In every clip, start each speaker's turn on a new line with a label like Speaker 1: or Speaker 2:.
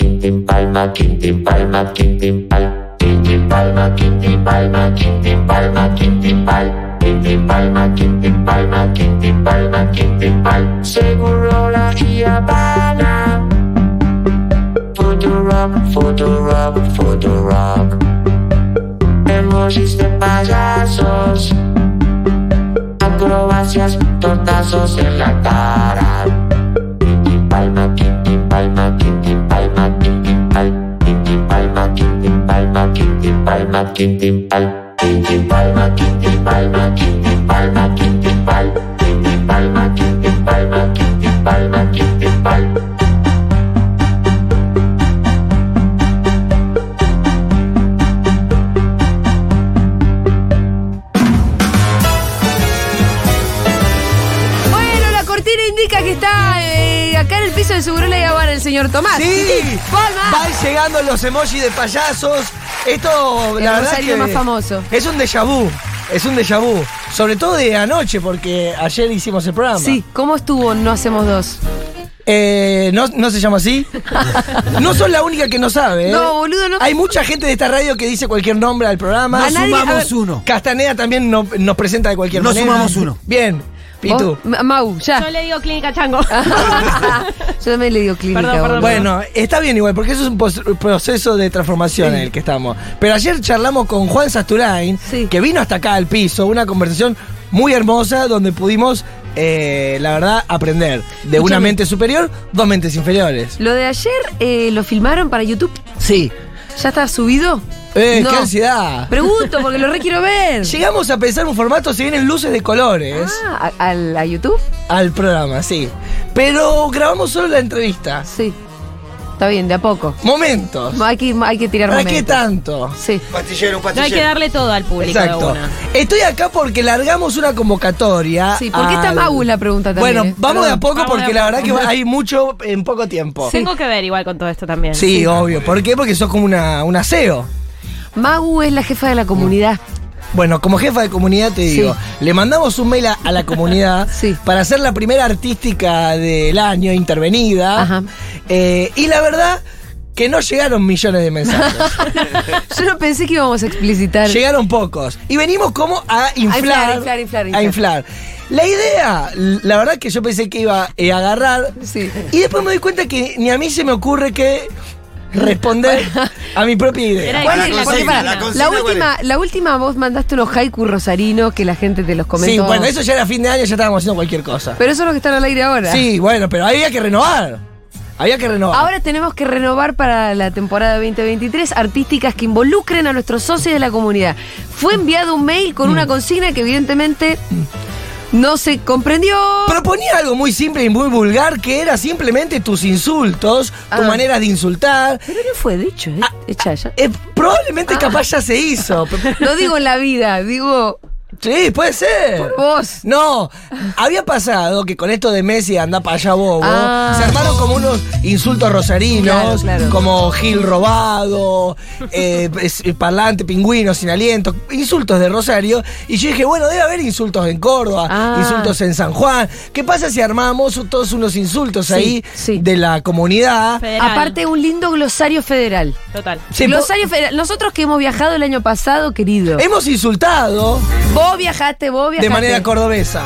Speaker 1: Quintín Palma, Quintín Palma, Quintín Palma, Quintín Palma, Quintín Palma, Quintín Palma, Quintín Palma, Quintín Palma, Quintín Palma, Quintín Palma, Quintín Palma, Seguro la Habana. Futurock, Futurock, Futurock. Emojis de payasos. Acrobacias, tortazos en la cara. Quintín Palma, Quintín Palma, Quintín Palma, Quintín Palma, Quintín Palma, Quintín Palma, Quintín Palma, Quintín Palma, Quintín Palma, Quintín Palma, Quintín Palma, Quintín Palma, Quintín Palma, Quintín Palma, Quintín Palma, Quintín Palma.
Speaker 2: Bueno, la cortina indica que está eh, acá en el piso de Seguro La Habana el señor Tomás.
Speaker 3: Sí,
Speaker 2: Palma.
Speaker 3: van llegando los emojis de payasos. Esto,
Speaker 2: El
Speaker 3: la verdad
Speaker 2: Rosario
Speaker 3: que
Speaker 2: más famoso.
Speaker 3: Es un déjà vu, es un déjà vu. Sobre todo de anoche, porque ayer hicimos el programa.
Speaker 2: Sí, ¿cómo estuvo No Hacemos Dos?
Speaker 3: Eh, ¿no, ¿No se llama así? no son la única que no sabe. ¿eh?
Speaker 2: No, boludo, no.
Speaker 3: Hay mucha gente de esta radio que dice cualquier nombre al programa.
Speaker 2: A nadie- sumamos a ver.
Speaker 4: uno.
Speaker 3: Castaneda también no- nos presenta de cualquier
Speaker 4: No
Speaker 3: manera.
Speaker 4: sumamos uno.
Speaker 3: Bien, Pitu.
Speaker 2: ¿Vos? Ma- Mau,
Speaker 5: Yo
Speaker 2: ya.
Speaker 5: le digo clínica chango.
Speaker 2: Ah, Yo también le digo clínica.
Speaker 5: Perdón, perdón,
Speaker 2: boludo.
Speaker 3: Bueno, está bien igual, porque eso es un pos- proceso de transformación en el que estamos. Pero ayer charlamos con Juan Sasturain,
Speaker 2: Sí.
Speaker 3: que vino hasta acá al piso, una conversación muy hermosa donde pudimos, eh, la verdad, aprender de una
Speaker 2: Escúchame.
Speaker 3: mente superior, dos mentes inferiores.
Speaker 2: Lo de ayer eh, lo filmaron para YouTube.
Speaker 3: Sí.
Speaker 2: ¿Ya está subido?
Speaker 3: Eh,
Speaker 2: No.
Speaker 3: ¡Qué ansiedad!
Speaker 2: Pregunto porque lo re quiero ver.
Speaker 3: Llegamos a pensar un formato, se vienen luces de colores
Speaker 2: Ah, ¿a, al- a YouTube?
Speaker 3: al programa, sí. Pero grabamos solo la entrevista.
Speaker 2: Sí. Está bien, de a poco.
Speaker 3: Momentos.
Speaker 2: Hay que, hay que tirar
Speaker 3: ¿Para
Speaker 2: momentos.
Speaker 3: qué tanto?
Speaker 2: Sí.
Speaker 4: Pastillero, un
Speaker 5: No hay que darle todo al público de
Speaker 3: Exacto.
Speaker 5: una.
Speaker 3: Estoy acá porque largamos una convocatoria.
Speaker 2: Sí, ¿por qué está
Speaker 3: Ah, al-
Speaker 2: Magus la pregunta también?
Speaker 3: Bueno,
Speaker 2: eh?
Speaker 3: vamos de a
Speaker 2: Perdón.
Speaker 3: poco
Speaker 5: Vamos
Speaker 3: porque
Speaker 5: de a
Speaker 3: la
Speaker 5: poco.
Speaker 3: verdad que hay mucho en poco tiempo. Sí,
Speaker 5: Tengo que ver igual con todo esto también.
Speaker 3: obvio. ¿Por qué? Porque sos como una, una CEO.
Speaker 2: Magu es la jefa de la comunidad.
Speaker 3: Bueno, como jefa de comunidad te
Speaker 2: Sí.
Speaker 3: digo, le mandamos un mail a, a la comunidad
Speaker 2: Sí.
Speaker 3: para ser la primera artística del año intervenida.
Speaker 2: Ajá.
Speaker 3: Eh, y la verdad que no llegaron millones de mensajes.
Speaker 2: Yo no pensé que íbamos a explicitar.
Speaker 3: Llegaron pocos. Y venimos como a inflar.
Speaker 2: inflar, inflar, inflar, inflar.
Speaker 3: A inflar. La idea, l- la verdad que yo pensé que iba eh, a agarrar.
Speaker 2: Sí.
Speaker 3: Y después me doy cuenta que ni a mí se me ocurre que responder a mi propia idea.
Speaker 5: Era
Speaker 2: ¿Cuál
Speaker 5: La
Speaker 2: es la-
Speaker 5: consigna,
Speaker 2: porque pará,
Speaker 5: la
Speaker 2: la
Speaker 4: consigna, ¿cuál
Speaker 2: última, la última vos mandaste unos haiku rosarinos que la gente te los comentó.
Speaker 3: Sí, bueno, eso ya era fin de año, ya estábamos haciendo cualquier cosa.
Speaker 2: Pero eso es lo que están al aire ahora.
Speaker 3: Sí, bueno, pero había que renovar. Había que renovar.
Speaker 2: Ahora tenemos que renovar para la temporada 2023 artísticas que involucren a nuestros socios de la comunidad. Fue enviado un mail con una consigna que evidentemente no se comprendió.
Speaker 3: Proponía algo muy simple y muy vulgar que era simplemente tus insultos,
Speaker 2: Ah.
Speaker 3: tu manera de insultar.
Speaker 2: Pero no fue dicho, ¿eh? Hecha ya.
Speaker 3: Eh,
Speaker 2: Ah.
Speaker 3: probablemente capaz ya se hizo.
Speaker 2: No digo en la vida, digo
Speaker 3: Sí, puede ser.
Speaker 2: vos.
Speaker 3: No, había pasado que con esto de Messi anda para allá bobo,
Speaker 2: Ah.
Speaker 3: se armaron como unos insultos rosarinos,
Speaker 2: Claro, claro.
Speaker 3: como Gil robado, eh, es- parlante, pingüino, sin aliento, insultos de Rosario. Y yo dije, bueno, debe haber insultos en Córdoba,
Speaker 2: Ah.
Speaker 3: insultos en San Juan. ¿Qué pasa si armamos todos unos insultos
Speaker 2: Sí,
Speaker 3: ahí
Speaker 2: sí.
Speaker 3: de la comunidad?
Speaker 5: Federal.
Speaker 2: Aparte, un lindo glosario federal.
Speaker 5: Total.
Speaker 3: Se po-
Speaker 2: glosario federal. Nosotros que hemos viajado el año pasado, querido.
Speaker 3: Hemos insultado
Speaker 2: Vos viajaste, vos viajaste.
Speaker 3: Eh, de manera cordobesa.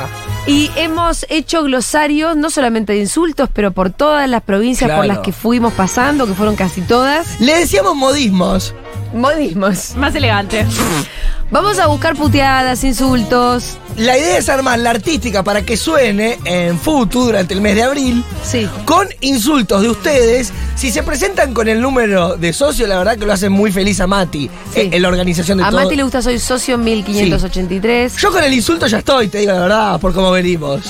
Speaker 2: Y hemos hecho glosarios, no solamente de insultos, pero por todas las provincias por
Speaker 3: Claro.
Speaker 2: las que fuimos pasando, que fueron casi todas.
Speaker 3: Le decíamos modismos.
Speaker 2: Modismos.
Speaker 5: Más elegante.
Speaker 2: Vamos a buscar puteadas, insultos.
Speaker 3: La idea es armar la artística para que suene en Futu durante el mes de abril
Speaker 2: Sí.
Speaker 3: con insultos de ustedes. Si se presentan con el número de socio, la verdad que lo hacen muy feliz a Mati,
Speaker 2: Sí.
Speaker 3: eh, en la organización de
Speaker 2: A
Speaker 3: todo.
Speaker 2: Mati le gusta Soy Socio 1583.
Speaker 3: Yo con el insulto ya estoy, te digo la verdad, por cómo venimos.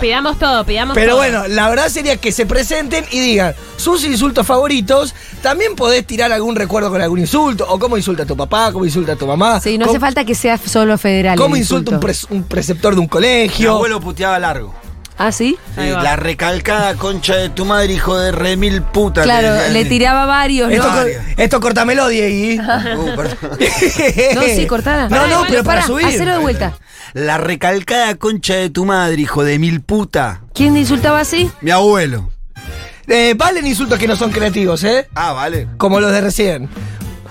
Speaker 5: Pidamos todo, pidamos
Speaker 3: Pero
Speaker 5: todo.
Speaker 3: bueno, la verdad sería que se presenten y digan sus insultos favoritos. También podés tirar algún recuerdo con algún insulto, o cómo insulta a tu papá, cómo insulta a tu mamá.
Speaker 2: Sí, no
Speaker 3: cómo-
Speaker 2: hace falta que sea solo federal.
Speaker 3: Cómo
Speaker 2: el
Speaker 3: insulta un,
Speaker 2: insulto.
Speaker 3: pres- un preceptor de un
Speaker 4: Mi
Speaker 3: colegio.
Speaker 4: abuelo puteaba largo.
Speaker 2: Ah, sí.
Speaker 5: Ahí
Speaker 4: Sí,
Speaker 5: va.
Speaker 4: la recalcada concha de tu madre, hijo de remil puta.
Speaker 2: Claro, le tiraba varios, ¿no?
Speaker 3: Esto,
Speaker 4: No.
Speaker 3: cor- esto cortamelo, Diegui.
Speaker 4: Uh, perdón.
Speaker 2: No, sí, cortada.
Speaker 3: Eh. No, no, pero para
Speaker 2: Pará,
Speaker 3: subir.
Speaker 2: Hacelo de vuelta.
Speaker 4: La recalcada concha de tu madre, hijo de mil puta.
Speaker 2: ¿Quién insultaba así?
Speaker 4: Mi abuelo.
Speaker 3: Eh, valen insultos que no son creativos, ¿eh?
Speaker 4: Ah, vale.
Speaker 3: Como los de recién.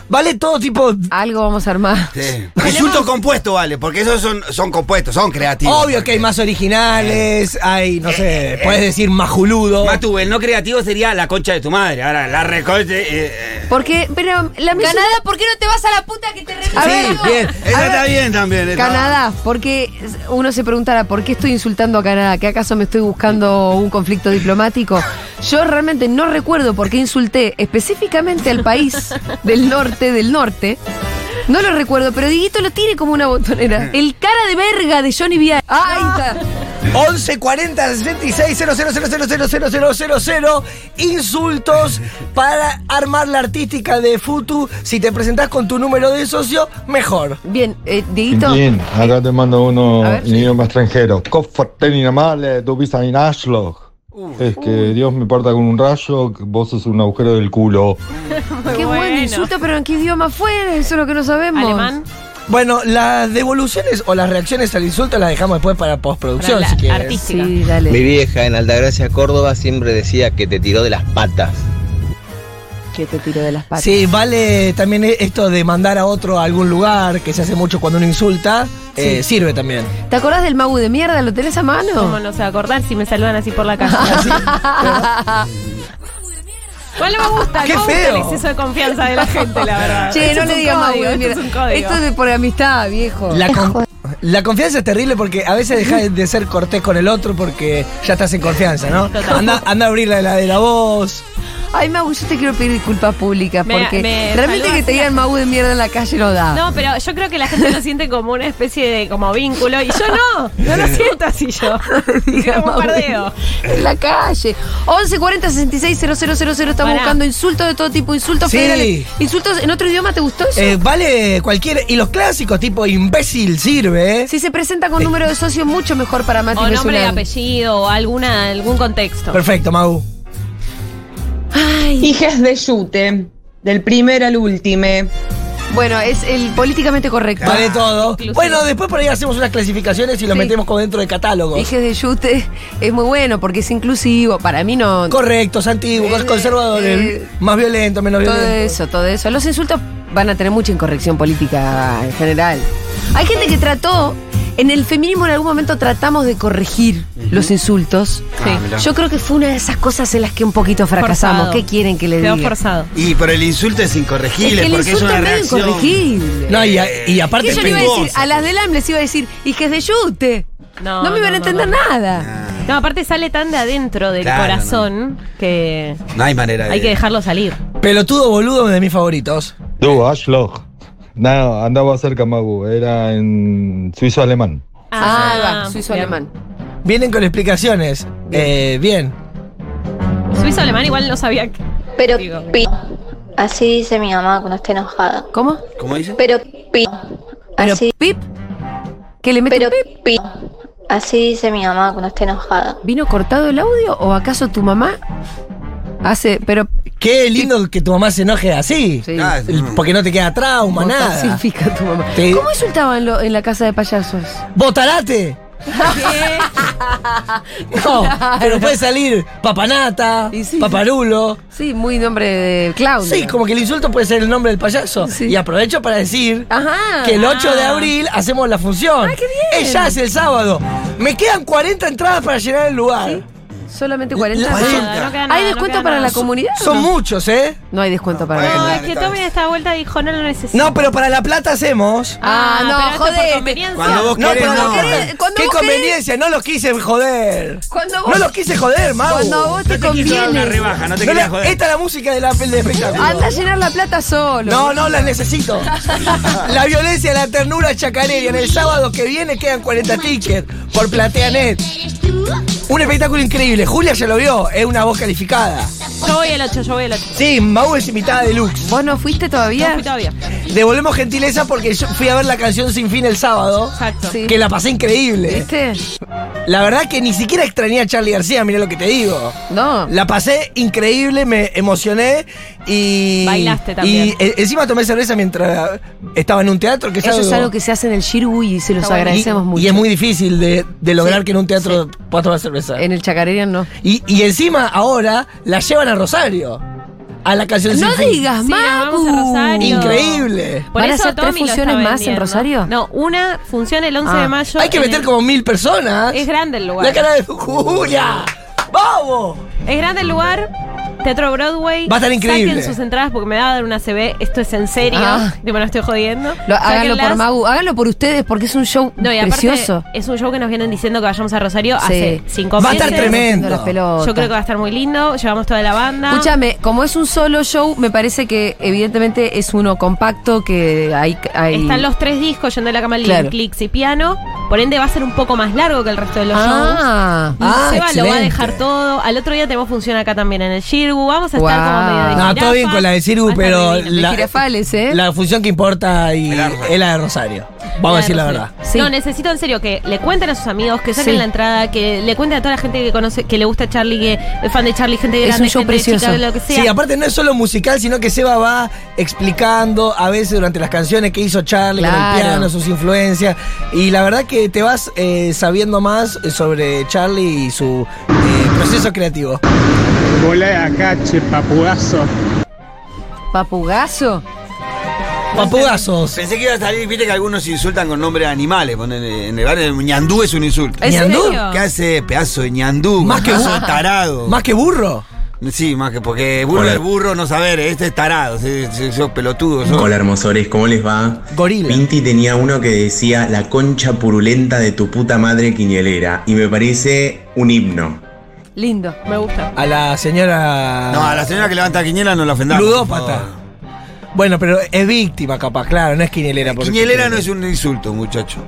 Speaker 3: Vale todo tipo.
Speaker 2: Algo vamos a armar.
Speaker 4: Sí. Insultos compuestos, vale, porque esos son, son compuestos, son creativos.
Speaker 3: Obvio que hay más originales, hay, no sé, puedes decir majuludo.
Speaker 6: Matu, el no creativo sería la concha de tu madre. Ahora, la recorte. eh, eh.
Speaker 2: Porque, pero la misma.
Speaker 7: Canadá, ¿por qué no te vas a la puta que te reviso?
Speaker 2: A ver,
Speaker 4: Sí, bien. Esa
Speaker 2: A ver,
Speaker 4: está bien también. esa.
Speaker 2: Canadá, porque uno se preguntará, ¿por qué estoy insultando a Canadá? ¿Que acaso me estoy buscando un conflicto diplomático? Yo realmente no recuerdo por qué insulté específicamente al país del norte, del norte. No lo recuerdo, pero Dieguito lo tiene como una botonera. El cara de verga de Johnny Vial. Ah, ahí está.
Speaker 3: 11 40 66 000000000 Insultos para armar la artística de Futu. Si te presentás con tu número de socio, mejor.
Speaker 2: Bien, eh, Dieguito.
Speaker 8: Bien, acá te mando uno
Speaker 2: A ver.
Speaker 8: en idioma extranjero. Conforten male, tú pisas en Ashloch. Es que Dios me parta con un rayo, que vos sos un agujero del culo.
Speaker 5: Muy
Speaker 2: Qué buen
Speaker 5: bueno.
Speaker 2: insulto, pero ¿en qué idioma fue? Eso es lo que no sabemos.
Speaker 5: Alemán.
Speaker 3: Bueno, las devoluciones o las reacciones al insulto las dejamos después para postproducción,
Speaker 5: Para la
Speaker 3: si quieres.
Speaker 5: artística.
Speaker 2: Sí, dale.
Speaker 9: Mi vieja en Altagracia, Córdoba, siempre decía que te tiró de las patas.
Speaker 2: Que te tiro de las patas.
Speaker 3: Sí, vale también e-, esto de mandar a otro a algún lugar, que se hace mucho cuando uno insulta, eh, sirve también.
Speaker 2: ¿Te acordás del mago de mierda? ¿Lo tenés a
Speaker 5: ¿Cómo
Speaker 2: mano?
Speaker 5: no se va a acordar si me saludan así por la calle? Igual no me gusta,
Speaker 3: Qué
Speaker 5: no me gusta
Speaker 3: feo.
Speaker 5: el exceso de confianza de la gente, la verdad.
Speaker 2: Che, no
Speaker 5: Esto es
Speaker 2: le
Speaker 5: un
Speaker 2: digas mago
Speaker 5: código,
Speaker 2: de
Speaker 5: Esto
Speaker 2: mierda.
Speaker 5: es un código.
Speaker 2: Esto es de por amistad, viejo.
Speaker 3: La, con- la confianza es terrible porque a veces deja de- de ser cortés con el otro porque ya estás en confianza, ¿no? Anda, anda a abrir la heladera vos.
Speaker 2: Ay, Mau, yo te quiero pedir disculpas públicas
Speaker 5: Me-
Speaker 2: porque
Speaker 5: me
Speaker 2: realmente
Speaker 5: saludas
Speaker 2: que te
Speaker 5: y-
Speaker 2: digan Mau de mierda en la calle no da.
Speaker 5: No, pero yo creo que la gente lo siente como una especie de como vínculo y yo no, no lo siento así yo.
Speaker 2: Diga,
Speaker 5: como un
Speaker 2: Mau,
Speaker 5: bardeo.
Speaker 2: En la calle. 11 40 66 000, estamos
Speaker 5: Pará.
Speaker 2: buscando insultos de todo tipo, insultos
Speaker 3: Sí.
Speaker 2: federales. ¿Insultos en otro idioma te gustó eso?
Speaker 3: Eh, vale cualquier. Y los clásicos, tipo imbécil, sirve, ¿eh?
Speaker 2: si se presenta con número de socio, mucho mejor para Mati
Speaker 5: O nombre y
Speaker 2: Mesular.
Speaker 5: apellido o alguna, algún contexto.
Speaker 3: Perfecto, Mau.
Speaker 10: Hijas de Yute, del primer al último.
Speaker 2: Bueno, es el políticamente correcto.
Speaker 3: Vale todo.
Speaker 5: Inclusive.
Speaker 3: Bueno, después por ahí hacemos unas clasificaciones y lo
Speaker 2: Ah, Sí.
Speaker 3: metemos como dentro de catálogos.
Speaker 2: Hijes de Yute es muy bueno porque es inclusivo. Para mí no.
Speaker 3: Correctos, antiguos,
Speaker 2: Eh,
Speaker 3: conservadores,
Speaker 2: eh,
Speaker 3: más violentos, menos
Speaker 2: Todo
Speaker 3: violentos.
Speaker 2: eso, todo eso. Los insultos van a tener mucha incorrección política en general. Hay gente que trató. En el feminismo en algún momento tratamos de corregir los insultos.
Speaker 4: Ah, mirá.
Speaker 2: Yo creo que fue una de esas cosas en las que un poquito fracasamos.
Speaker 5: Forzado.
Speaker 2: ¿Qué quieren que le
Speaker 5: Quedó
Speaker 2: diga?
Speaker 5: forzado.
Speaker 4: Y pero el insulto es
Speaker 2: Es
Speaker 4: incorregible
Speaker 2: que el
Speaker 4: porque es
Speaker 2: insulto
Speaker 4: una
Speaker 2: es medio
Speaker 4: reacción.
Speaker 2: incorregible.
Speaker 3: No, y, a- y aparte.
Speaker 2: ¿Qué yo le iba a
Speaker 4: peligrosa.
Speaker 2: decir? A las del AM les iba a decir, hijes de yute. No,
Speaker 5: No,
Speaker 2: me iban a
Speaker 5: Ah, no, no,
Speaker 2: entender
Speaker 5: no.
Speaker 2: nada.
Speaker 5: No, aparte sale tan de adentro del
Speaker 4: Claro,
Speaker 5: corazón que
Speaker 4: No hay manera de.
Speaker 5: hay que dejarlo salir.
Speaker 3: Pelotudo boludo de mis favoritos.
Speaker 8: Tú, Ashloch. Nada, andaba cerca, Magu. Era en suizo-alemán.
Speaker 2: Ah, ahí va, suizo alemán.
Speaker 3: Vienen con explicaciones. Eh, bien.
Speaker 5: Suizo alemán igual no sabía que.
Speaker 11: Pero
Speaker 5: Digo.
Speaker 11: pi- así dice mi mamá cuando está enojada.
Speaker 2: ¿Cómo?
Speaker 4: ¿Cómo dice?
Speaker 11: Pero pi-
Speaker 2: Pero
Speaker 11: así,
Speaker 2: pip. ¿Qué le mete
Speaker 11: pero
Speaker 2: pip?
Speaker 11: pi- así dice mi mamá cuando está enojada.
Speaker 2: ¿Vino cortado el audio o acaso tu mamá hace pero
Speaker 3: Qué lindo que tu mamá se enoje así.
Speaker 2: sí,
Speaker 4: Ah,
Speaker 3: El- Porque no te queda trauma, nada.
Speaker 2: significa tu mamá?
Speaker 3: Te-
Speaker 2: ¿Cómo insultaban lo- en la casa de payasos?
Speaker 3: ¡Botarate! No, pero puede salir papanata,
Speaker 2: Y sí.
Speaker 3: paparulo.
Speaker 2: Sí, muy nombre de Claudio.
Speaker 3: Sí, como que el insulto puede ser el nombre del payaso.
Speaker 2: Sí.
Speaker 3: Y aprovecho para decir
Speaker 2: Ajá.
Speaker 3: que el 8 de abril hacemos la función.
Speaker 2: Ay, qué bien.
Speaker 3: Ella es el sábado. Me quedan 40 entradas para llenar el lugar.
Speaker 2: solamente 40
Speaker 3: La-
Speaker 2: pesos.
Speaker 4: Nada,
Speaker 5: no queda nada,
Speaker 2: ¿Hay
Speaker 5: no
Speaker 2: descuento
Speaker 5: queda
Speaker 2: para
Speaker 5: nada.
Speaker 2: la comunidad?
Speaker 3: Son muchos, ¿eh?
Speaker 2: No hay descuento para
Speaker 4: Bueno.
Speaker 5: No,
Speaker 2: la
Speaker 5: es que Tommy esta vuelta dijo, no lo necesito.
Speaker 3: No, pero para La Plata hacemos.
Speaker 2: Ah, no,
Speaker 5: pero esto es por
Speaker 2: jodete.
Speaker 5: conveniencia.
Speaker 4: Cuando vos
Speaker 3: No,
Speaker 4: querés,
Speaker 3: pero
Speaker 4: no.
Speaker 3: no.
Speaker 2: querés- cuando
Speaker 3: Qué
Speaker 2: vos querés-
Speaker 3: conveniencia, no los quise joder.
Speaker 2: Cuando
Speaker 3: No
Speaker 2: vos-
Speaker 3: los quise joder, Mau.
Speaker 2: Cuando a vos te
Speaker 4: No te quiso dar una
Speaker 2: conviene.
Speaker 4: rebaja, no te
Speaker 3: No
Speaker 4: quería
Speaker 3: la-
Speaker 4: joder.
Speaker 3: Esta es la música de la del espectáculo.
Speaker 2: Anda a llenar la plata solo.
Speaker 3: No, no las necesito. La violencia, la ternura chacarera. En el sábado que viene quedan 40 tickets por PlateaNet. Un espectáculo increíble. Julia ya lo vio, es una voz calificada.
Speaker 5: Yo voy el 8, yo voy el 8.
Speaker 3: Sí, Mau es invitada deluxe.
Speaker 2: ¿Vos no fuiste
Speaker 5: No
Speaker 2: todavía?
Speaker 5: fui todavía.
Speaker 3: Devolvemos gentileza porque yo fui a ver la canción Sin Fin el sábado.
Speaker 2: Sí.
Speaker 3: Que la pasé increíble.
Speaker 2: ¿Viste?
Speaker 3: La verdad que ni siquiera extrañé a Charlie García, mirá lo que te digo.
Speaker 2: No.
Speaker 3: La pasé increíble, me emocioné y.
Speaker 5: Bailaste también.
Speaker 3: Y e- encima tomé cerveza mientras estaba en un teatro, que es
Speaker 2: Eso
Speaker 3: algo.
Speaker 2: es algo que se hace en el Shirui y se los
Speaker 3: Está bueno.
Speaker 2: agradecemos
Speaker 3: y,
Speaker 2: mucho.
Speaker 3: Y es muy difícil de, de lograr
Speaker 2: Sí,
Speaker 3: que en un teatro puedas tomar cerveza.
Speaker 2: En el Chacarerian no.
Speaker 3: Y, y encima ahora la llevan a Rosario. A la canción
Speaker 2: No
Speaker 3: Sin Fin.
Speaker 2: digas,
Speaker 5: Sí, nos
Speaker 2: Magu.
Speaker 5: vamos a Rosario.
Speaker 3: Increíble.
Speaker 5: Por
Speaker 2: ¿Van a
Speaker 5: eso
Speaker 2: hacer tres
Speaker 5: Tommy lo está
Speaker 2: funciones más en
Speaker 5: vendiendo.
Speaker 2: Rosario?
Speaker 5: No, una función el 11
Speaker 2: Ah.
Speaker 5: de mayo.
Speaker 3: Hay que
Speaker 5: en
Speaker 3: meter
Speaker 5: el-
Speaker 3: como mil personas.
Speaker 5: Es grande el lugar.
Speaker 3: La cara de Julia.
Speaker 2: ¿Eh?
Speaker 3: ¡Vamos!
Speaker 5: Es grande el lugar. Teatro Broadway.
Speaker 3: Va a estar increíble.
Speaker 5: Saquen sus entradas porque me va a dar una CB. Esto es en serio.
Speaker 2: Ah.
Speaker 5: Tipo, no estoy jodiendo.
Speaker 2: Lo- háganlo por
Speaker 5: Sáquenlas.
Speaker 2: Magu, háganlo por ustedes porque es un show
Speaker 5: No, y aparte,
Speaker 2: precioso.
Speaker 5: es un show que nos vienen diciendo que vayamos a Rosario
Speaker 2: Sí.
Speaker 5: hace cinco
Speaker 3: Va a
Speaker 5: meses.
Speaker 3: estar tremendo.
Speaker 2: Haciendo las pelotas.
Speaker 5: Yo creo que va a estar muy lindo. Llevamos toda la banda.
Speaker 2: Escúchame, como es un solo show, me parece que evidentemente es uno compacto que hay. hay-
Speaker 5: Están los tres discos, Yendo a la cama,
Speaker 2: Claro.
Speaker 5: Link, Clicks y Piano. Por ende, va a ser un poco más largo que el resto de los shows.
Speaker 2: Ah,
Speaker 3: Ah,
Speaker 5: Seba lo va a
Speaker 3: excelente.
Speaker 5: dejar todo. Al otro día tenemos función acá también en el Shirgu. Vamos a estar
Speaker 2: Guau.
Speaker 5: como medio de
Speaker 2: No,
Speaker 3: todo
Speaker 5: jirafa.
Speaker 3: bien con la de Shirgu,
Speaker 5: Va a estar
Speaker 3: pero
Speaker 5: divino.
Speaker 2: de
Speaker 3: la-
Speaker 2: jirafales, ¿eh?
Speaker 3: La función que importa y
Speaker 6: El árbol.
Speaker 3: es la de Rosario. Vamos a decir la verdad.
Speaker 2: Sí.
Speaker 5: No, necesito en serio que le cuenten a sus amigos, que saquen
Speaker 2: Sí.
Speaker 5: la entrada, que le cuenten a toda la gente que conoce, que le gusta Charlie, que es fan de Charlie, gente
Speaker 2: Es un
Speaker 5: grande,
Speaker 2: show
Speaker 5: gente chica,
Speaker 2: precioso.
Speaker 5: lo que sea.
Speaker 3: Sí, aparte no es solo musical, sino que Seba va explicando a veces durante las canciones que hizo Charlie con
Speaker 2: Claro.
Speaker 3: el piano, sus influencias. Y la verdad que te vas eh, sabiendo más sobre Charlie y su eh, proceso creativo.
Speaker 12: Hola acá, che, papugazo.
Speaker 2: papugazo.
Speaker 3: Papugazos.
Speaker 4: Pensé que iba a salir, viste que algunos insultan con nombres de animales. ponele, en el barrio, ñandú es un insulto.
Speaker 5: ¿En
Speaker 3: ¿Ñandú?
Speaker 5: serio?
Speaker 4: ¿Qué hace pedazo de ñandú?
Speaker 3: Más que
Speaker 4: Pedazo
Speaker 3: un-
Speaker 4: de tarado.
Speaker 3: Más que burro.
Speaker 4: Sí, más que porque burro
Speaker 12: Hola.
Speaker 4: es burro, no saber, este es tarado, sí, sí, sos pelotudo. sos-
Speaker 12: Hola hermosores, ¿cómo les va?
Speaker 3: Gorila.
Speaker 12: Pinti tenía uno que decía la concha purulenta de tu puta madre quiñelera y me parece un himno.
Speaker 2: Lindo.
Speaker 5: Me gusta.
Speaker 3: A la señora.
Speaker 4: No, a la señora que levanta quiniela no la ofendamos.
Speaker 3: Ludópata.
Speaker 4: por favor.
Speaker 3: Bueno, pero es víctima, capaz, claro, no es quinielera. porque-
Speaker 4: Quinielera no es un insulto, muchacho.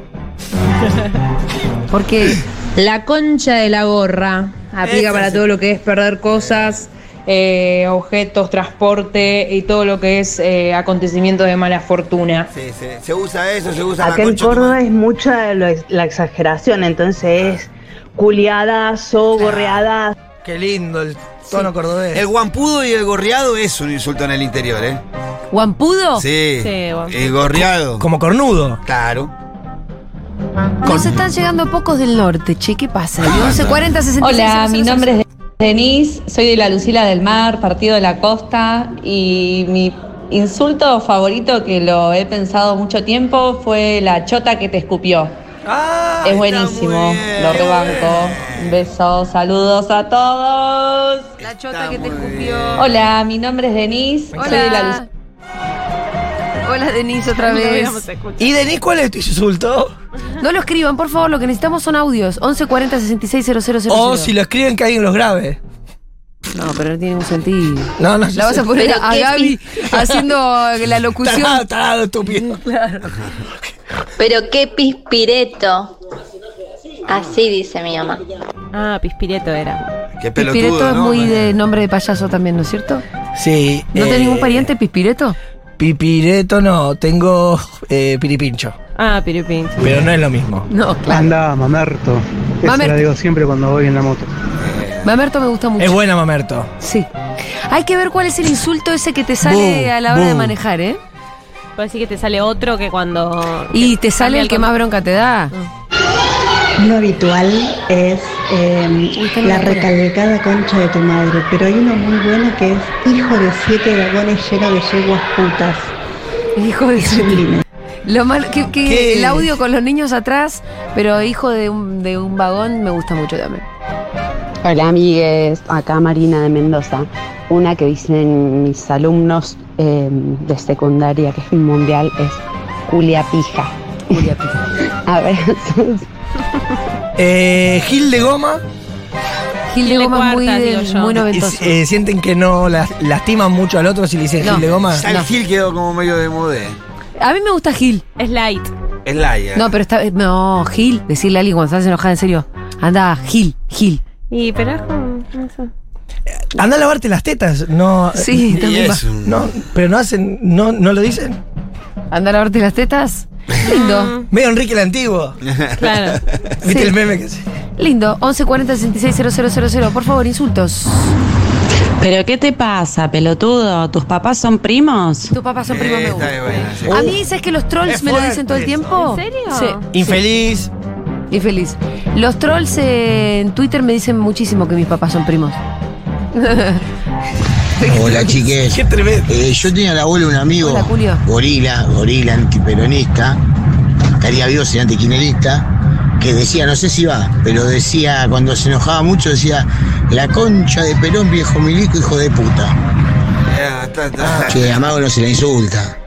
Speaker 2: Porque
Speaker 10: La concha de la gorra aplica
Speaker 4: Esa
Speaker 10: para
Speaker 4: sí.
Speaker 10: todo lo que es perder cosas, eh, objetos, transporte y todo lo que es eh, acontecimientos de mala fortuna.
Speaker 4: Sí, sí, se usa eso, se usa la
Speaker 13: Aquel
Speaker 4: concha. de tu
Speaker 13: Córdoba
Speaker 4: madre.
Speaker 13: es mucha lo ex- la exageración, entonces culiadas o gorreadas.
Speaker 3: Qué lindo el tono cordobés.
Speaker 4: El guampudo y el gorreado es un insulto en el interior, ¿eh?
Speaker 2: Oh, Guampudo
Speaker 4: Sí.
Speaker 5: Sí, guampudo.
Speaker 4: el gorreado.
Speaker 3: Como cornudo.
Speaker 4: Claro.
Speaker 2: nos están llegando pocos del norte, che, ¿qué pasa?
Speaker 4: Ah,
Speaker 2: 1140
Speaker 14: Hola, mi nombre es Denise, soy de la Lucila del Mar, partido de la costa, y mi insulto favorito que lo he pensado mucho tiempo fue la chota que te escupió.
Speaker 4: Ah,
Speaker 14: es buenísimo, lo rebanco. Un beso, saludos a todos.
Speaker 2: La chota
Speaker 4: Está
Speaker 2: que te
Speaker 4: muy
Speaker 2: escupió.
Speaker 4: bien.
Speaker 14: Hola, mi nombre es Denise, soy de la
Speaker 2: Hola.
Speaker 14: Lucila.
Speaker 2: Hola, Denise, otra
Speaker 5: No
Speaker 2: vez.
Speaker 5: habíamos
Speaker 10: eh.
Speaker 5: escuchado.
Speaker 3: ¿Y Denis cuál es tu insulto?
Speaker 2: No lo escriban, por favor, lo que necesitamos son audios. 1140 66
Speaker 4: Oh,
Speaker 3: O si lo escriben que alguien los grabe.
Speaker 2: No, pero no tiene ningún sentido.
Speaker 3: No, no,
Speaker 2: La vas a poner
Speaker 13: Pero
Speaker 2: a
Speaker 13: qué
Speaker 2: Gaby haciendo la
Speaker 3: Tarado,
Speaker 2: locución.
Speaker 3: tarado, estúpido.
Speaker 11: Pero qué pispireto. Así dice mi mamá.
Speaker 5: Ah, Pispireto era.
Speaker 4: Qué pelotudo,
Speaker 2: Pispireto es
Speaker 4: ¿no?
Speaker 2: muy de nombre de payaso también, ¿no es cierto?
Speaker 3: Sí.
Speaker 2: ¿No
Speaker 3: eh,
Speaker 2: tenés ningún pariente, Pispireto?
Speaker 3: Pipireto no, tengo eh, piripincho.
Speaker 5: Ah, Piripín.
Speaker 3: Pero no es lo mismo.
Speaker 2: No, claro.
Speaker 12: Anda, mamerto.
Speaker 2: Eso Mamerto. la digo
Speaker 12: siempre cuando voy en la moto.
Speaker 2: Mamerto me gusta mucho.
Speaker 3: Es buena, Mamerto.
Speaker 2: Sí. Hay que ver cuál es el insulto ese que te sale
Speaker 3: Boom,
Speaker 2: a la hora de
Speaker 3: boom.
Speaker 2: manejar, ¿eh?
Speaker 5: Puede decir que te sale otro que cuando.
Speaker 2: Y te sale el Ah. que más bronca te da.
Speaker 13: Lo habitual es em, la recalcada concha de tu madre, pero hay uno muy bueno que es hijo de siete dragones lleno de yeguas putas.
Speaker 2: Hijo de
Speaker 13: Sublime.
Speaker 2: Lo malo, que, que
Speaker 3: ¿Qué?
Speaker 2: el audio con los niños atrás, pero hijo de un, de un vagón me gusta mucho también.
Speaker 14: Hola amigues, acá Marina de Mendoza. Una que dicen mis alumnos eh, de secundaria que es mundial es Julia Pija. Julia Pija. A ver,
Speaker 3: Eh, Gil de Goma.
Speaker 2: Gil de
Speaker 5: Gil de
Speaker 2: goma es muy,
Speaker 5: cuartas, digo
Speaker 2: de,
Speaker 5: yo.
Speaker 2: muy
Speaker 3: eh,
Speaker 2: noventoso.
Speaker 3: eh, ¿Sienten que no las- lastiman mucho al otro si le dicen
Speaker 2: No.
Speaker 3: Gil de Goma?
Speaker 4: Ya el Gil quedó como medio de modé.
Speaker 2: A mí me gusta Gil.
Speaker 5: Es light.
Speaker 4: Es Laia.
Speaker 2: No, pero está. No, Gil. Decirle a alguien cuando estás enojada, en serio. Anda, Gil, Gil.
Speaker 5: Y pero es como- no sé.
Speaker 3: Anda a lavarte las tetas. No, eh,
Speaker 2: Sí,
Speaker 4: y
Speaker 2: también va.
Speaker 4: es un-
Speaker 3: no, pero no hacen, no, no lo dicen.
Speaker 2: ¿Andar a verte las tetas?
Speaker 5: Ah.
Speaker 2: Lindo.
Speaker 3: Medio Enrique el Antiguo.
Speaker 2: Claro.
Speaker 3: ¿Viste
Speaker 2: Sí.
Speaker 3: el meme que se-
Speaker 2: Lindo. 1140 000. Por favor, insultos.
Speaker 15: ¿Pero qué te pasa, pelotudo? ¿Tus papás son primos?
Speaker 2: Tus papás son
Speaker 4: Eh,
Speaker 2: primos, me gusta. Ah. A
Speaker 3: Uh.
Speaker 2: mí, ¿sabes que los trolls
Speaker 15: Es
Speaker 2: me lo
Speaker 15: fuerte
Speaker 2: dicen todo el
Speaker 15: eso.
Speaker 2: tiempo?
Speaker 5: ¿En serio?
Speaker 2: Sí.
Speaker 3: Infeliz.
Speaker 2: Infeliz. Los trolls eh, en Twitter me dicen muchísimo que mis papás son primos.
Speaker 16: Hola chiques. Eh, yo tenía al abuelo un amigo,
Speaker 2: Hola, Julio.
Speaker 16: gorila, gorila antiperonista, estaría vivo sin antiquinerista, que decía, no sé si va, pero decía, cuando se enojaba mucho, decía, la concha de Perón, viejo milico, hijo de puta.
Speaker 4: Eh, ah,
Speaker 16: Che, a Mago no se la insulta.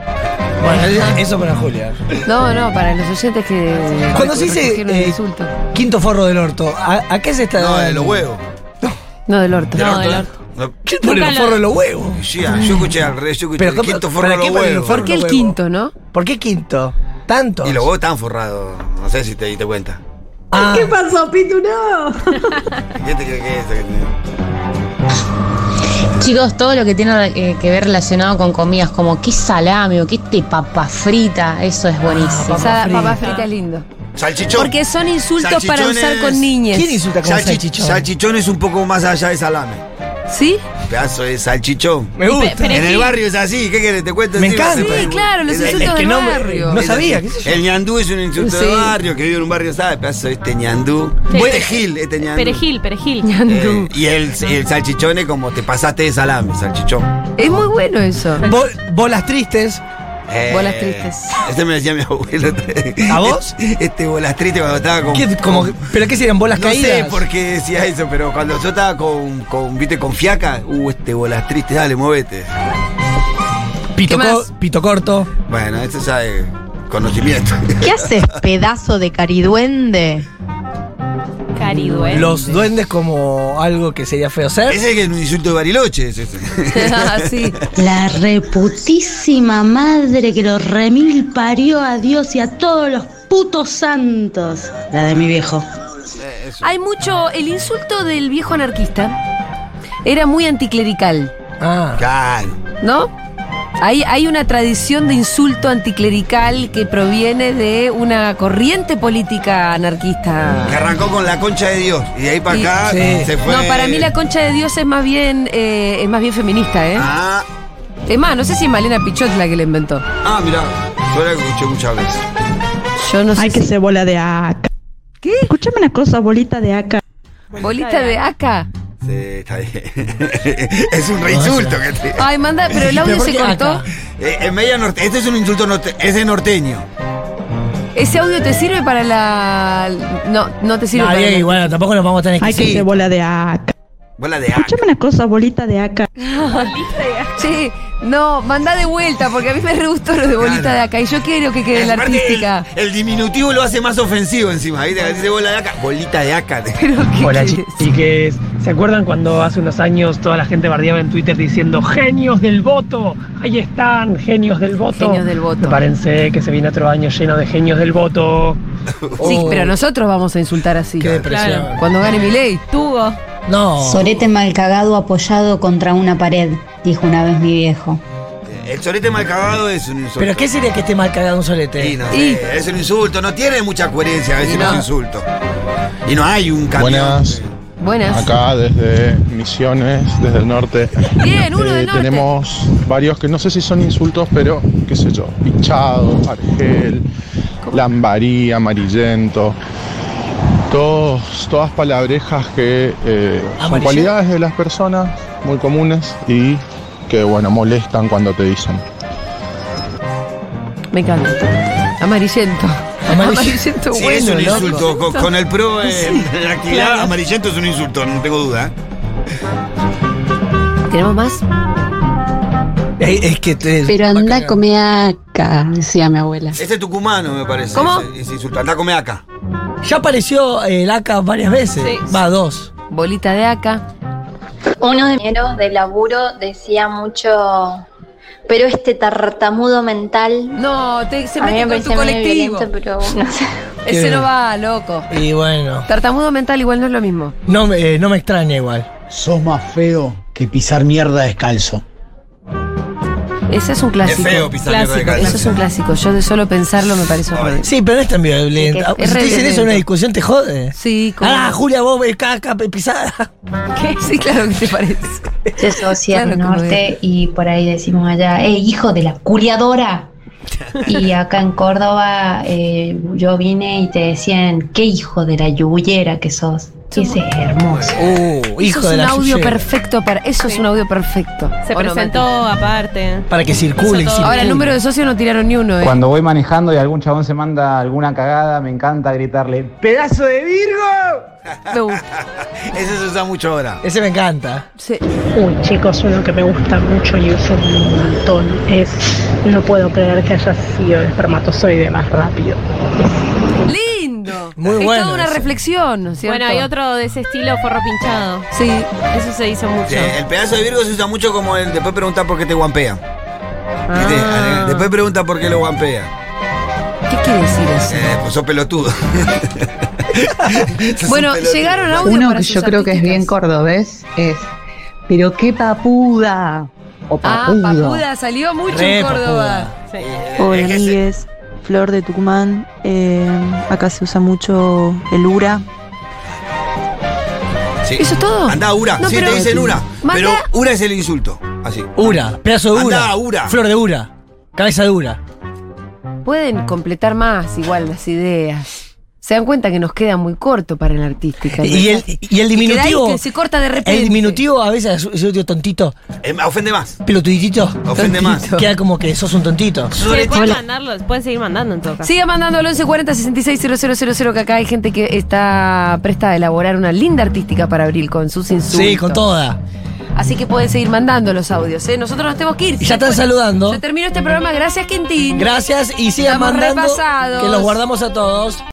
Speaker 3: Bueno, eso para Julia.
Speaker 2: No, no, para los oyentes que.
Speaker 3: Cuando
Speaker 2: que
Speaker 3: se dice
Speaker 2: recogieron el
Speaker 3: eh,
Speaker 2: insulto.
Speaker 3: quinto forro del orto, ¿a, a qué se está
Speaker 4: No, de los huevos.
Speaker 2: No, del orto.
Speaker 4: Del
Speaker 2: No,
Speaker 4: orto,
Speaker 2: del
Speaker 4: ¿eh?
Speaker 2: orto.
Speaker 4: No.
Speaker 3: ¿Quién pone los forros de los huevos?
Speaker 4: Sí, ah, yo escuché al revés, yo escuché
Speaker 3: Pero
Speaker 4: el
Speaker 3: ¿cómo-
Speaker 4: quinto
Speaker 3: para
Speaker 4: forro de
Speaker 3: qué
Speaker 4: los
Speaker 3: ponen el
Speaker 4: huevos.
Speaker 3: forro de los huevos?
Speaker 2: no?
Speaker 3: ¿Por qué quinto? ¿Tanto?
Speaker 4: Y los huevos están forrados, no sé si te diste cuenta.
Speaker 3: Ah,
Speaker 17: ¿Qué pasó, Pitu? No.
Speaker 4: este ¿Qué te crees que es? Que te-
Speaker 18: Chicos, todo lo que tiene eh, que ver relacionado con comidas, como qué salame o qué te papa frita, eso es buenísimo.
Speaker 2: Sada- Papá frita es lindo.
Speaker 4: Salchichón.
Speaker 2: Porque son insultos para usar
Speaker 4: Salchichones.
Speaker 2: con niñas.
Speaker 4: Salchi- Salchichón es un poco más allá de salame.
Speaker 2: ¿Sí?
Speaker 4: Pedazo de salchichón.
Speaker 3: Me gusta.
Speaker 2: pero es
Speaker 4: en el
Speaker 2: que-
Speaker 4: barrio es así, ¿qué querés? Te cuento.
Speaker 3: Me
Speaker 4: así,
Speaker 3: encanta.
Speaker 4: vas a-
Speaker 3: Sí, claro, los
Speaker 4: Es así.
Speaker 3: insultos Es que del no me- barrio. no
Speaker 4: Es
Speaker 3: sabía,
Speaker 4: así.
Speaker 3: qué sé yo.
Speaker 4: El ñandú es un insulto
Speaker 5: Sí.
Speaker 4: de barrio, que vive en un barrio, ¿sabes? Pedazo de este ñandú.
Speaker 5: Sí.
Speaker 4: Este gil, este ñandú.
Speaker 5: Perejil, perejil.
Speaker 4: Eh, y el, el salchichón es como te pasaste de salame, salchichón.
Speaker 2: Es muy bueno eso.
Speaker 3: bolas tristes.
Speaker 4: Eh,
Speaker 2: Bolas tristes.
Speaker 4: Este me decía mi abuelo.
Speaker 3: ¿A vos?
Speaker 4: Este bolas tristes cuando estaba con.
Speaker 3: ¿Qué- como- ¿Pero qué serían bolas
Speaker 4: no
Speaker 3: caídas?
Speaker 4: sé por qué decía eso, pero cuando yo estaba con, con, viste, con fiaca, uh, este bolas tristes, dale, muévete.
Speaker 3: Pito, co- pito corto.
Speaker 4: Bueno, esto ya es conocimiento.
Speaker 19: ¿Qué haces, pedazo de cariduende?
Speaker 5: Cariduende.
Speaker 3: Los duendes como algo que sería feo ser.
Speaker 4: Ese que es un insulto de Bariloche. ese.
Speaker 19: La reputísima madre que los remil parió a Dios y a todos los putos santos. La de mi viejo.
Speaker 2: Hay mucho. El insulto del viejo anarquista era muy anticlerical,
Speaker 3: Ah.
Speaker 4: Claro.
Speaker 2: ¿no? Hay, hay una tradición de insulto anticlerical que proviene de una corriente política anarquista.
Speaker 4: Que arrancó con la concha de Dios. Y de ahí para acá
Speaker 3: Sí.
Speaker 4: se fue.
Speaker 2: No, para mí la concha de Dios es más bien, eh, es más bien feminista, ¿eh?
Speaker 4: Ah.
Speaker 2: Es más, no sé si es Malena Pichot la que la inventó.
Speaker 4: Ah, mirá. Yo la escuché muchas veces.
Speaker 2: Yo no sé.
Speaker 17: Ay, que se bola de acá. ¿Qué? Escuchame una cosa, bolita de acá.
Speaker 2: Bolita de acá.
Speaker 4: Sí, está bien. es un reinsulto que te.
Speaker 2: Ay, manda, pero el audio se cortó.
Speaker 4: Eh, en media norte. Este es un insulto norte. Ese norteño.
Speaker 2: Ese audio te sirve para la. No, no te sirve
Speaker 3: No,
Speaker 2: para.
Speaker 3: Diego,
Speaker 2: la-
Speaker 3: y bueno, tampoco nos vamos a tener que
Speaker 17: Ay, que se bola de acá.
Speaker 4: Bola de
Speaker 17: Escuchame una cosa, bolita de acá.
Speaker 2: Sí, no, mandá de vuelta, porque a mí me re gustó lo de bolita de acá. Y yo quiero que quede la
Speaker 4: Aparte,
Speaker 2: artística.
Speaker 4: El diminutivo lo hace más ofensivo encima. Ahí te dice bola de acá. Bolita de acá.
Speaker 20: Hola chiques, ¿se acuerdan cuando hace unos años toda la gente bardeaba en Twitter diciendo genios del voto? Ahí están, genios del voto.
Speaker 2: Genios del voto.
Speaker 20: Prepárense que se viene otro año lleno de genios del voto.
Speaker 2: Sí, pero nosotros vamos a insultar así. Qué
Speaker 20: depresión. Claro.
Speaker 2: Cuando gane mi ley.
Speaker 5: Tugo.
Speaker 3: No.
Speaker 19: Sorete mal cagado apoyado contra una pared, dijo una vez mi viejo.
Speaker 4: El solete mal cagado es un insulto.
Speaker 3: ¿Pero qué sería que esté mal cagado un solete?
Speaker 4: Sí, no sé, Es un insulto. No tiene mucha coherencia a veces
Speaker 2: Y no.
Speaker 4: los insultos. Y no hay un camión.
Speaker 21: Buenas.
Speaker 2: Buenas.
Speaker 21: Acá desde Misiones, desde el norte. Eh,
Speaker 2: Bien, uno del norte.
Speaker 21: Tenemos varios que no sé si son insultos, pero qué sé yo. Pichado, argel, lambarí, amarillento. Todos, todas palabrejas que eh, son
Speaker 22: ¿Amarillento?
Speaker 21: cualidades de las personas muy comunes y que, bueno, molestan cuando te dicen.
Speaker 2: Me encanta. Amarillento. Amarillento,
Speaker 4: Sí,
Speaker 2: bueno.
Speaker 4: es un
Speaker 2: loco.
Speaker 4: insulto. Con, con el pro eh,
Speaker 2: Sí,
Speaker 4: en la actividad,
Speaker 2: claro.
Speaker 4: amarillento es un insulto, no tengo duda. ¿eh?
Speaker 2: ¿Tenemos más?
Speaker 3: Es, es que te.
Speaker 14: Pero anda a comer acá, decía mi abuela.
Speaker 4: Ese Este tucumano, me parece.
Speaker 3: ¿Cómo?
Speaker 4: Ese, ese insulto. Andá, come acá.
Speaker 3: Ya apareció eh, el ACA varias veces. Va, dos.
Speaker 2: Bolita de acá.
Speaker 11: Uno de mis compañeros de laburo decía mucho, pero este tartamudo mental.
Speaker 2: No, te, se
Speaker 11: A mí
Speaker 2: mete
Speaker 11: me
Speaker 2: con tu
Speaker 11: parece medio
Speaker 2: colectivo.
Speaker 11: violento, pero no sé.
Speaker 2: Ese
Speaker 3: Qué-
Speaker 2: no va, loco.
Speaker 3: Y bueno.
Speaker 2: Tartamudo mental igual no es lo mismo.
Speaker 3: No, me- eh, no me extraña igual.
Speaker 23: Sos más feo que pisar mierda descalzo.
Speaker 2: Ese es un clásico.
Speaker 4: Es feo pisar mierda de
Speaker 2: Clásico,
Speaker 4: calle.
Speaker 2: Eso es un clásico. Yo de solo pensarlo me parece horrible.
Speaker 3: Sí, pero no es tan violenta.
Speaker 2: Es que es
Speaker 3: Si te
Speaker 2: re
Speaker 3: dicen eso
Speaker 2: violento.
Speaker 3: en una discusión, te jode.
Speaker 2: Sí, como-
Speaker 3: Ah, Julia, vos ves caca pisada.
Speaker 2: ¿Qué? Sí, claro que te parece.
Speaker 11: Yo soy
Speaker 2: Claro,
Speaker 11: del
Speaker 2: como
Speaker 11: norte y por ahí decimos allá, ¡eh, hijo de la curiadora! Y acá en Córdoba eh, yo vine y te decían, ¡qué hijo de la yuyera que sos! Y Ese es hermoso.
Speaker 3: Uh,
Speaker 2: eso
Speaker 3: hijo
Speaker 2: es
Speaker 3: de
Speaker 2: un
Speaker 3: la
Speaker 2: audio
Speaker 3: yuyera.
Speaker 2: perfecto para. Eso es un audio perfecto.
Speaker 5: Se
Speaker 2: ¿O no,
Speaker 5: presentó aparte.
Speaker 3: Para que circule.
Speaker 2: Mati?
Speaker 3: y circule.
Speaker 2: Ahora, el número de socios no tiraron ni uno, ¿eh?
Speaker 1: Cuando voy manejando y algún chabón se manda alguna cagada, me encanta gritarle ¡Pedazo de Virgo!
Speaker 2: Me gusta.
Speaker 4: Ese se usa mucho ahora.
Speaker 3: Ese me encanta.
Speaker 2: Sí.
Speaker 22: Uy, chicos, uno que me gusta mucho y uso un montón es no puedo creer que haya sido el espermatozoide más rápido.
Speaker 2: ¡Lindo!
Speaker 3: Muy
Speaker 2: es
Speaker 3: bueno
Speaker 2: toda una
Speaker 3: eso.
Speaker 2: reflexión, ¿no es cierto?
Speaker 5: Bueno, hay otro de ese estilo, forro pinchado.
Speaker 2: Sí.
Speaker 5: Eso se hizo mucho.
Speaker 4: Sí, Eh, el pedazo de Virgo se usa mucho como el después preguntar por qué te guampean. ¿Viste?
Speaker 2: Ah.
Speaker 4: Eh, Después pregunta por qué lo guampean.
Speaker 2: ¿Qué quiere decir eso?
Speaker 4: Eh, pues sos pelotudo. Sos un
Speaker 2: Bueno,
Speaker 4: pelotudo.
Speaker 2: llegaron audios
Speaker 23: Uno
Speaker 2: para
Speaker 23: que
Speaker 2: sus
Speaker 23: yo creo que es
Speaker 2: artistas.
Speaker 23: bien cordobés es Pero qué papuda o
Speaker 2: Ah,
Speaker 23: papudo.
Speaker 2: Papuda salió mucho
Speaker 23: Re
Speaker 2: en Córdoba.
Speaker 24: Hola amigues, Flor de Tucumán. Eh, acá se usa mucho el Ura.
Speaker 4: Sí.
Speaker 24: ¿Eso es todo?
Speaker 4: Andá a Ura.
Speaker 24: No,
Speaker 4: sí,
Speaker 24: pero-
Speaker 4: te dicen Ura.
Speaker 24: Mandá-
Speaker 4: Pero Ura es el insulto. Así.
Speaker 3: Ura, pedazo de
Speaker 4: Andá
Speaker 3: Ura.
Speaker 4: a Ura.
Speaker 3: Flor de Ura. Cabeza de Ura.
Speaker 2: Pueden completar más igual las ideas. Se dan cuenta que nos queda muy corto para el artística. ¿no?
Speaker 3: Y el, y el
Speaker 2: queda ahí
Speaker 3: diminutivo.
Speaker 2: que se corta de repente.
Speaker 3: El diminutivo a veces es un tío tontito.
Speaker 4: Eh, ofende más.
Speaker 3: Pelotuditito.
Speaker 4: Ofende más.
Speaker 3: Queda como que sos un tontito.
Speaker 5: Sí, pueden mandarlo, pueden seguir mandando en todo caso.
Speaker 2: Siga mandando al 1140 000 que acá hay gente que está presta a elaborar una linda artística para abril con sus insultos.
Speaker 3: Sí, con toda.
Speaker 2: Así que pueden seguir mandando los audios, ¿eh? Nosotros nos tenemos que ir.
Speaker 3: Y ya están saludando.
Speaker 2: Se terminó este programa. Gracias, Quintín.
Speaker 3: Gracias y sigan
Speaker 2: Estamos
Speaker 3: mandando.
Speaker 2: repasados.
Speaker 3: Que los guardamos a todos.